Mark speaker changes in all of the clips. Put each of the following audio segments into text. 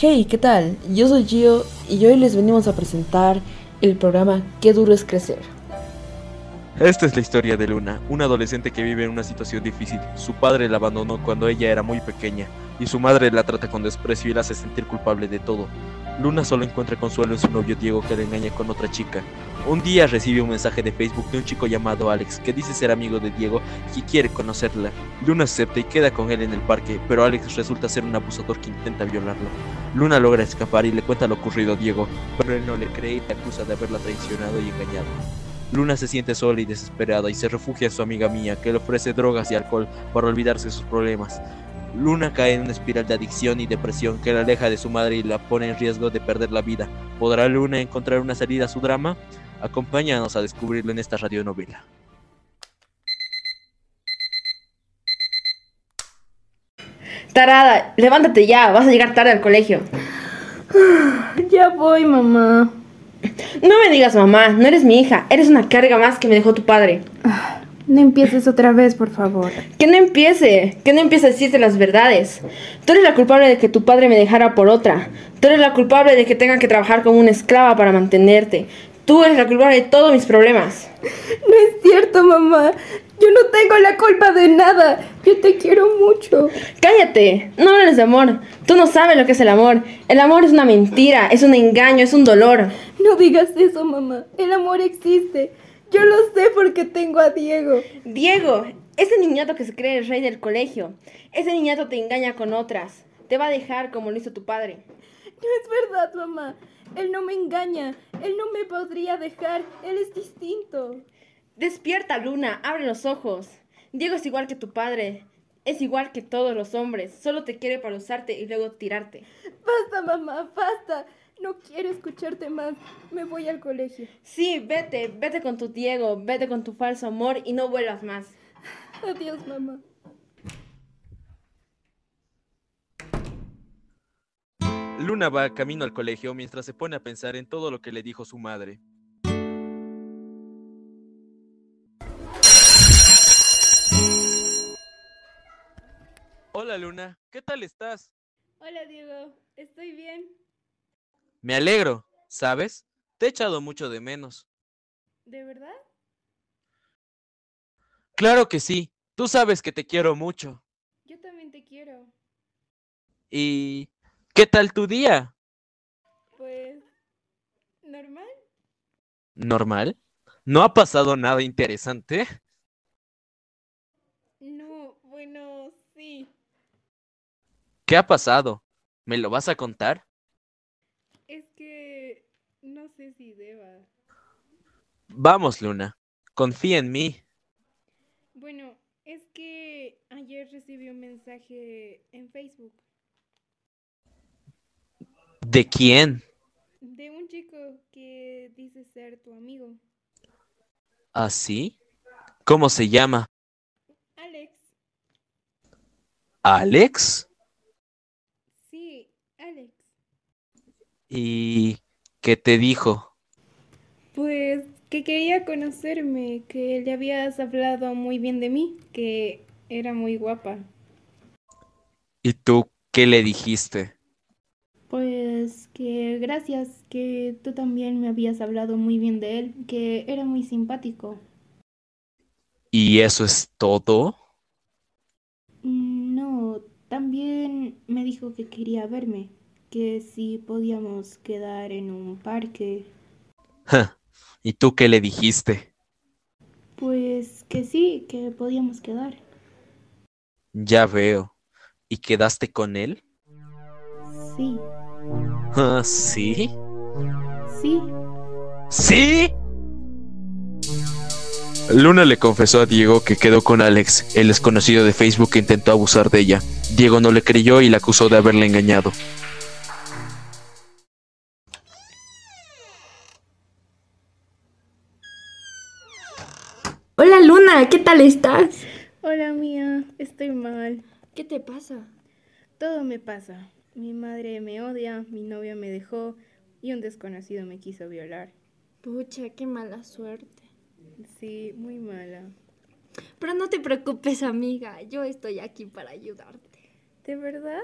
Speaker 1: Hey, ¿qué tal? Yo soy Gio y hoy les venimos a presentar el programa Qué duro es crecer.
Speaker 2: Esta es la historia de Luna, una adolescente que vive en una situación difícil. Su padre la abandonó cuando ella era muy pequeña y su madre la trata con desprecio y la hace sentir culpable de todo. Luna solo encuentra consuelo en su novio Diego que la engaña con otra chica. Un día recibe un mensaje de Facebook de un chico llamado Alex que dice ser amigo de Diego y quiere conocerla. Luna acepta y queda con él en el parque, pero Alex resulta ser un abusador que intenta violarla. Luna logra escapar y le cuenta lo ocurrido a Diego, pero él no le cree y le acusa de haberla traicionado y engañado. Luna se siente sola y desesperada y se refugia en su amiga Mía, que le ofrece drogas y alcohol para olvidarse de sus problemas. Luna cae en una espiral de adicción y depresión que la aleja de su madre y la pone en riesgo de perder la vida. ¿Podrá Luna encontrar una salida a su drama? Acompáñanos a descubrirlo en esta radionovela.
Speaker 3: Tarada, levántate ya, vas a llegar tarde al colegio.
Speaker 4: Ya voy, mamá.
Speaker 3: No me digas mamá, no eres mi hija, eres una carga más que me dejó tu padre.
Speaker 4: No empieces otra vez, por favor.
Speaker 3: Que no empiece, que no empiece a decirte las verdades. Tú eres la culpable de que tu padre me dejara por otra. Tú eres la culpable de que tenga que trabajar como una esclava para mantenerte. Tú eres la culpable de todos mis problemas.
Speaker 4: No es cierto, mamá. Yo no tengo la culpa de nada. Yo te quiero mucho.
Speaker 3: Cállate, no hables de amor. Tú no sabes lo que es el amor. El amor es una mentira, es un engaño, es un dolor.
Speaker 4: No digas eso, mamá. El amor existe. Yo lo sé porque tengo a Diego.
Speaker 3: Diego, ese niñato que se cree el rey del colegio. Ese niñato te engaña con otras. Te va a dejar como lo hizo tu padre.
Speaker 4: No es verdad, mamá. Él no me engaña. Él no me podría dejar. Él es distinto.
Speaker 3: Despierta, Luna. Abre los ojos. Diego es igual que tu padre. Es igual que todos los hombres. Solo te quiere para usarte y luego tirarte.
Speaker 4: Basta, mamá, basta. No quiero escucharte más. Me voy al colegio.
Speaker 3: Sí, vete. Vete con tu Diego. Vete con tu falso amor y no vuelvas más.
Speaker 4: Adiós, mamá.
Speaker 2: Luna va camino al colegio mientras se pone a pensar en todo lo que le dijo su madre. Hola Luna, ¿qué tal estás?
Speaker 4: Hola, Diego. Estoy bien.
Speaker 2: Me alegro, ¿sabes? Te he echado mucho de menos.
Speaker 4: ¿De verdad?
Speaker 2: Claro que sí, tú sabes que te quiero mucho.
Speaker 4: Yo también te quiero.
Speaker 2: ¿Y qué tal tu día?
Speaker 4: Pues... ¿Normal?
Speaker 2: ¿Normal? ¿No ha pasado nada interesante?
Speaker 4: No, bueno, sí.
Speaker 2: ¿Qué ha pasado? ¿Me lo vas a contar?
Speaker 4: Es que... No sé si deba.
Speaker 2: Vamos, Luna, confía en mí.
Speaker 4: Bueno, es que ayer recibí un mensaje en Facebook
Speaker 2: ¿De quién?
Speaker 4: de un chico que dice ser tu amigo,
Speaker 2: ¿Así? ¿Cómo se llama?
Speaker 4: Alex.
Speaker 2: ¿Alex?
Speaker 4: Sí, Alex.
Speaker 2: ¿Y qué te dijo?
Speaker 4: Pues que quería conocerme, que le habías hablado muy bien de mí, que era muy guapa.
Speaker 2: ¿Y tú qué le dijiste?
Speaker 4: Pues que gracias, que tú también me habías hablado muy bien de él, que era muy simpático.
Speaker 2: ¿Y eso es todo?
Speaker 4: Mm, No, también me dijo que quería verme, que si podíamos quedar en un parque.
Speaker 2: Ja, ¿Y tú qué le dijiste?
Speaker 4: Pues que sí, que podíamos quedar.
Speaker 2: Ya veo. ¿Y quedaste con él?
Speaker 4: Sí,
Speaker 2: Ah, ¿Sí?
Speaker 4: sí,
Speaker 2: ¿Sí? Luna le confesó a Diego que quedó con Alex, el desconocido de Facebook que intentó abusar de ella. Diego no le creyó y la acusó de haberla engañado.
Speaker 5: Hola Luna, ¿qué tal estás?
Speaker 4: Hola mía, estoy mal.
Speaker 5: ¿Qué te pasa?
Speaker 4: Todo me pasa. Mi madre me odia, mi novia me dejó y un desconocido me quiso violar.
Speaker 5: Pucha, qué mala suerte.
Speaker 4: Sí, muy mala.
Speaker 5: Pero no te preocupes, amiga, yo estoy aquí para ayudarte.
Speaker 4: ¿De verdad?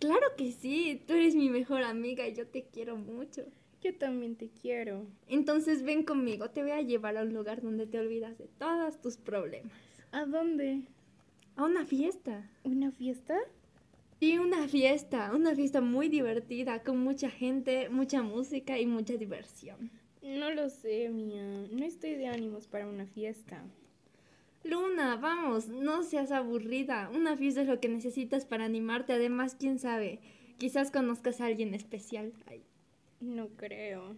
Speaker 5: Claro que sí, tú eres mi mejor amiga y yo te quiero mucho.
Speaker 4: Yo también te quiero.
Speaker 5: Entonces ven conmigo, te voy a llevar a un lugar donde te olvidas de todos tus problemas.
Speaker 4: ¿A dónde?
Speaker 5: A una fiesta.
Speaker 4: ¿Una fiesta?
Speaker 5: Y una fiesta, una fiesta muy divertida, con mucha gente, mucha música y mucha diversión.
Speaker 4: No lo sé, Mía. No estoy de ánimos para una fiesta.
Speaker 5: Luna, vamos, no seas aburrida. Una fiesta es lo que necesitas para animarte. Además, quién sabe, quizás conozcas a alguien especial. Ay,
Speaker 4: No creo.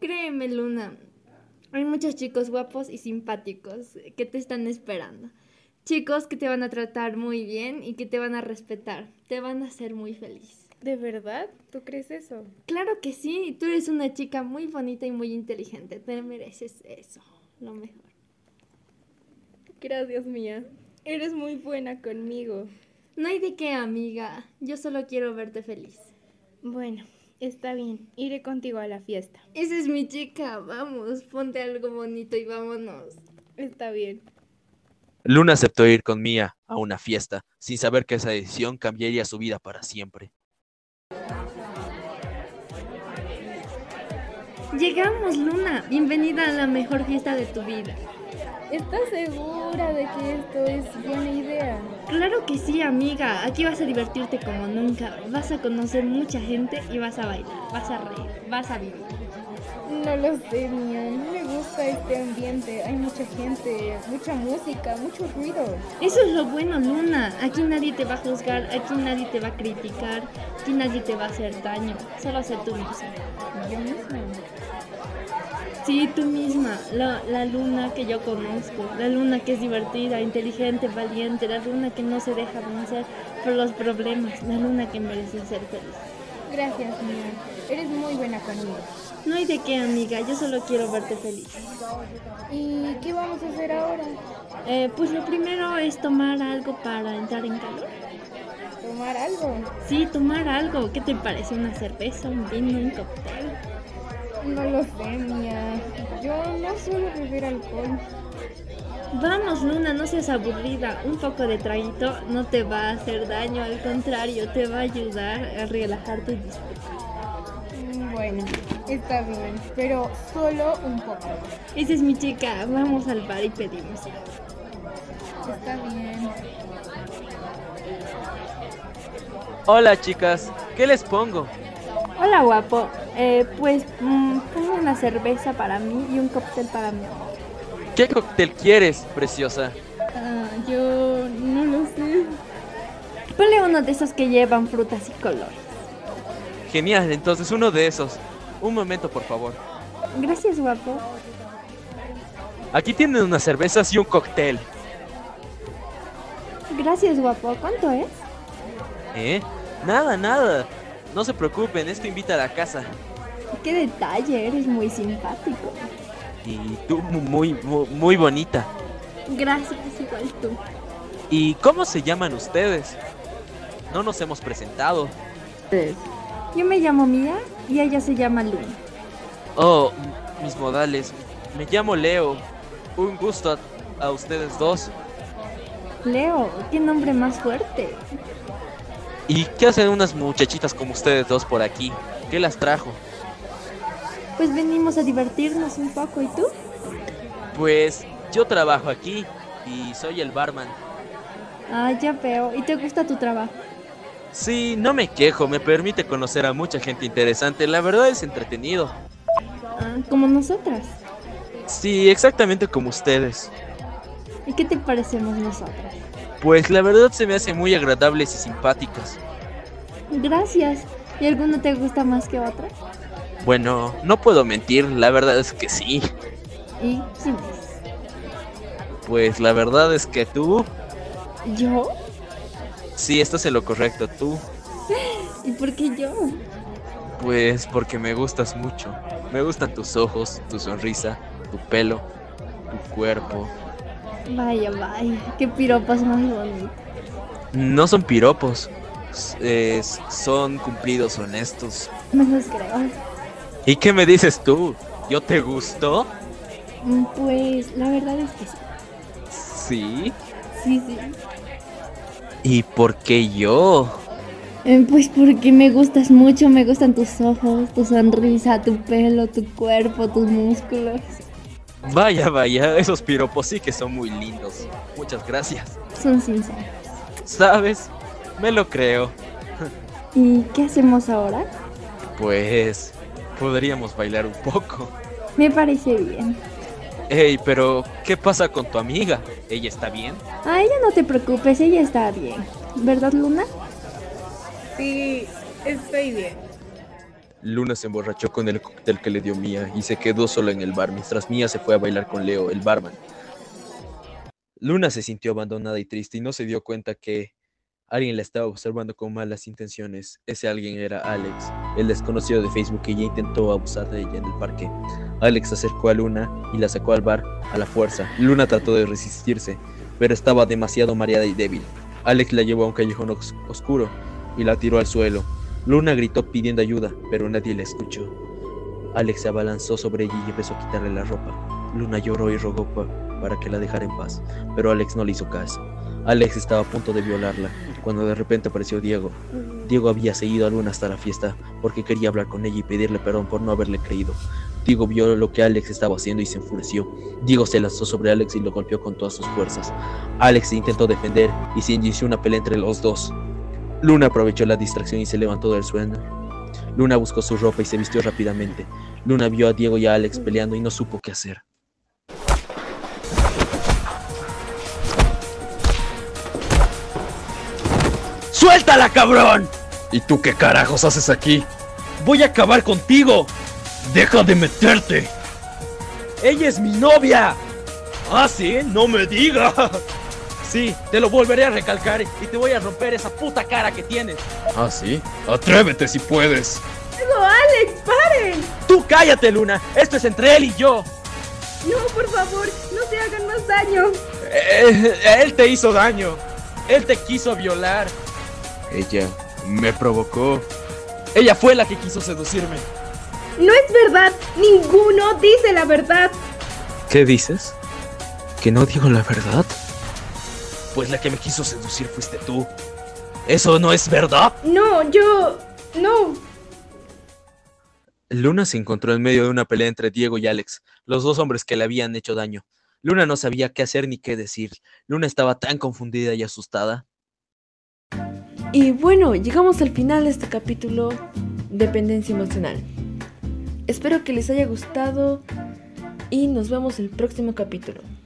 Speaker 5: Créeme, Luna, hay muchos chicos guapos y simpáticos que te están esperando. Chicos que te van a tratar muy bien y que te van a respetar. Te van a hacer muy feliz.
Speaker 4: ¿De verdad? ¿Tú crees eso?
Speaker 5: Claro que sí, tú eres una chica muy bonita y muy inteligente. Te mereces eso, lo mejor.
Speaker 4: Gracias, Mía. Eres muy buena conmigo.
Speaker 5: No hay de qué, amiga. Yo solo quiero verte feliz.
Speaker 4: Bueno, está bien. Iré contigo a la fiesta.
Speaker 5: Esa es mi chica, vamos, ponte algo bonito y vámonos.
Speaker 4: Está bien.
Speaker 2: Luna aceptó ir con Mia a una fiesta, sin saber que esa decisión cambiaría su vida para siempre.
Speaker 5: Llegamos, Luna. Bienvenida a la mejor fiesta de tu vida.
Speaker 4: ¿Estás segura de que esto es buena idea?
Speaker 5: Claro que sí, amiga. Aquí vas a divertirte como nunca. Vas a conocer mucha gente y vas a bailar, vas a reír, vas a vivir.
Speaker 4: No lo sé, Mía. No me gusta este ambiente. Hay mucha gente, mucha música, mucho ruido.
Speaker 5: Eso es lo bueno, Luna. Aquí nadie te va a juzgar, aquí nadie te va a criticar, aquí nadie te va a hacer daño. Solo sé tú misma.
Speaker 4: Yo misma.
Speaker 5: Sí, tú misma, la, la luna que yo conozco, la luna que es divertida, inteligente, valiente, la luna que no se deja vencer por los problemas, la luna que merece ser feliz.
Speaker 4: Gracias, Mía. Eres muy buena conmigo.
Speaker 5: No hay de qué, amiga, yo solo quiero verte feliz.
Speaker 4: ¿Y qué vamos a hacer ahora?
Speaker 5: Eh, pues lo primero es tomar algo para entrar en calor.
Speaker 4: ¿Tomar algo?
Speaker 5: Sí, tomar algo. ¿Qué te parece? ¿Una cerveza, un vino, un cóctel?
Speaker 4: No lo sé, Mía. Yo no suelo beber alcohol.
Speaker 5: Vamos, Luna, no seas aburrida. Un poco de traguito no te va a hacer daño, al contrario, te va a ayudar a relajarte y disfrutar.
Speaker 4: Mm, Bueno, está bien, pero solo un poco.
Speaker 5: Esa es mi chica, vamos al bar y pedimos. algo.
Speaker 4: Está bien.
Speaker 2: Hola chicas, ¿qué les pongo?
Speaker 5: Hola guapo, Eh, pues mm, pongo una cerveza para mí y un cóctel para mí.
Speaker 2: ¿Qué cóctel quieres, preciosa?
Speaker 4: yo no lo sé.
Speaker 5: Ponle uno de esos que llevan frutas y colores.
Speaker 2: Genial, entonces uno de esos. Un momento, por favor.
Speaker 5: Gracias guapo.
Speaker 2: Aquí tienen unas cervezas y un cóctel.
Speaker 5: Gracias guapo, ¿cuánto es?
Speaker 2: ¿Eh? Nada, nada. No se preocupen, esto invita a la casa.
Speaker 5: Qué detalle, eres muy simpático.
Speaker 2: Y tú mu- muy, muy, muy bonita.
Speaker 5: Gracias, igual tú.
Speaker 2: ¿Y cómo se llaman ustedes? No nos hemos presentado.
Speaker 5: Yo me llamo Mía y ella se llama Luna.
Speaker 2: Oh, m- mis modales. Me llamo Leo. Un gusto a, a ustedes dos.
Speaker 5: Leo, qué nombre más fuerte.
Speaker 2: ¿Y qué hacen unas muchachitas como ustedes dos por aquí? ¿Qué las trajo?
Speaker 5: Pues venimos a divertirnos un poco, ¿y tú?
Speaker 2: Pues yo trabajo aquí y soy el barman.
Speaker 5: Ah, ya veo. ¿Y te gusta tu trabajo?
Speaker 2: Sí, no me quejo, me permite conocer a mucha gente interesante. La verdad es entretenido.
Speaker 5: Ah, como nosotras.
Speaker 2: Sí, exactamente como ustedes.
Speaker 5: ¿Y qué te parecemos nosotras?
Speaker 2: Pues la verdad se me hacen muy agradables y simpáticas.
Speaker 5: Gracias. ¿Y alguno te gusta más que otro?
Speaker 2: Bueno, no puedo mentir, la verdad es que sí.
Speaker 5: ¿Y quién es?
Speaker 2: Pues la verdad es que tú,
Speaker 5: ¿Yo?
Speaker 2: sí, estás en lo correcto, tú.
Speaker 5: ¿Y por qué yo?
Speaker 2: Pues porque me gustas mucho. Me gustan tus ojos, tu sonrisa, tu pelo, tu cuerpo.
Speaker 5: Vaya, vaya. Qué piropas más bonitas.
Speaker 2: No son piropos, s- es- son cumplidos honestos.
Speaker 5: No los creo.
Speaker 2: ¿Y qué me dices tú? ¿Yo te gusto?
Speaker 5: Mm, Pues la verdad es que sí.
Speaker 2: Sí.
Speaker 5: Sí, sí.
Speaker 2: ¿Y por qué yo?
Speaker 5: Eh, Pues porque me gustas mucho, me gustan tus ojos, tu sonrisa, tu pelo, tu cuerpo, tus músculos.
Speaker 2: Vaya, vaya, esos piropos sí que son muy lindos. Muchas gracias.
Speaker 5: Son sinceros.
Speaker 2: ¿Sabes? Me lo creo.
Speaker 5: ¿Y qué hacemos ahora?
Speaker 2: Pues podríamos bailar un poco.
Speaker 5: Me parece bien.
Speaker 2: Ey, pero ¿qué pasa con tu amiga? ¿Ella está bien?
Speaker 5: A ella no te preocupes, ella está bien. ¿Verdad, Luna?
Speaker 6: Sí, estoy bien.
Speaker 2: Luna se emborrachó con el cóctel que le dio Mía y se quedó sola en el bar mientras Mía se fue a bailar con Leo, el barman. Luna se sintió abandonada y triste y no se dio cuenta que alguien la estaba observando con malas intenciones. Ese alguien era Alex, el desconocido de Facebook que ya intentó abusar de ella en el parque. Alex se acercó a Luna y la sacó al bar a la fuerza. Luna trató de resistirse, pero estaba demasiado mareada y débil. Alex la llevó a un callejón os- oscuro y la tiró al suelo. Luna gritó pidiendo ayuda, pero nadie la escuchó. Alex se abalanzó sobre ella y empezó a quitarle la ropa. Luna lloró y rogó pa- para que la dejara en paz, pero Alex no le hizo caso. Alex estaba a punto de violarla, cuando de repente apareció Diego. Diego había seguido a Luna hasta la fiesta porque quería hablar con ella y pedirle perdón por no haberle creído. Diego vio lo que Alex estaba haciendo y se enfureció. Diego se lanzó sobre Alex y lo golpeó con todas sus fuerzas. Alex se intentó defender y se inició una pelea entre los dos. Luna aprovechó la distracción y se levantó del sueño. Luna buscó su ropa y se vistió rápidamente. Luna vio a Diego y a Alex peleando y no supo qué hacer. ¡Suéltala, cabrón!
Speaker 7: ¿Y tú qué carajos haces aquí?
Speaker 2: ¡Voy a acabar contigo!
Speaker 7: ¡Deja de meterte!
Speaker 2: ¡Ella es mi novia!
Speaker 7: ¡Ah, sí! ¡No me digas!
Speaker 2: Sí, te lo volveré a recalcar y te voy a romper esa puta cara que tienes.
Speaker 7: ¿Ah, sí? ¡Atrévete si puedes!
Speaker 6: ¡No, Alex, paren!
Speaker 2: ¡Tú cállate, Luna! ¡Esto es entre él y yo!
Speaker 6: No, por favor, no se hagan más daño.
Speaker 7: Eh,
Speaker 2: él te hizo daño. Él te quiso violar.
Speaker 7: Ella me provocó.
Speaker 2: Ella fue la que quiso seducirme.
Speaker 6: No es verdad, ninguno dice la verdad.
Speaker 2: ¿Qué dices? ¿Que no digo la verdad? Pues la que me quiso seducir fuiste tú. ¿Eso no es verdad?
Speaker 6: No, yo... No,
Speaker 2: Luna se encontró en medio de una pelea entre Diego y Alex, los dos hombres que le habían hecho daño. Luna no sabía qué hacer ni qué decir. Luna estaba tan confundida y asustada.
Speaker 1: Y bueno, llegamos al final de este capítulo Dependencia Emocional. Espero que les haya gustado y nos vemos el próximo capítulo.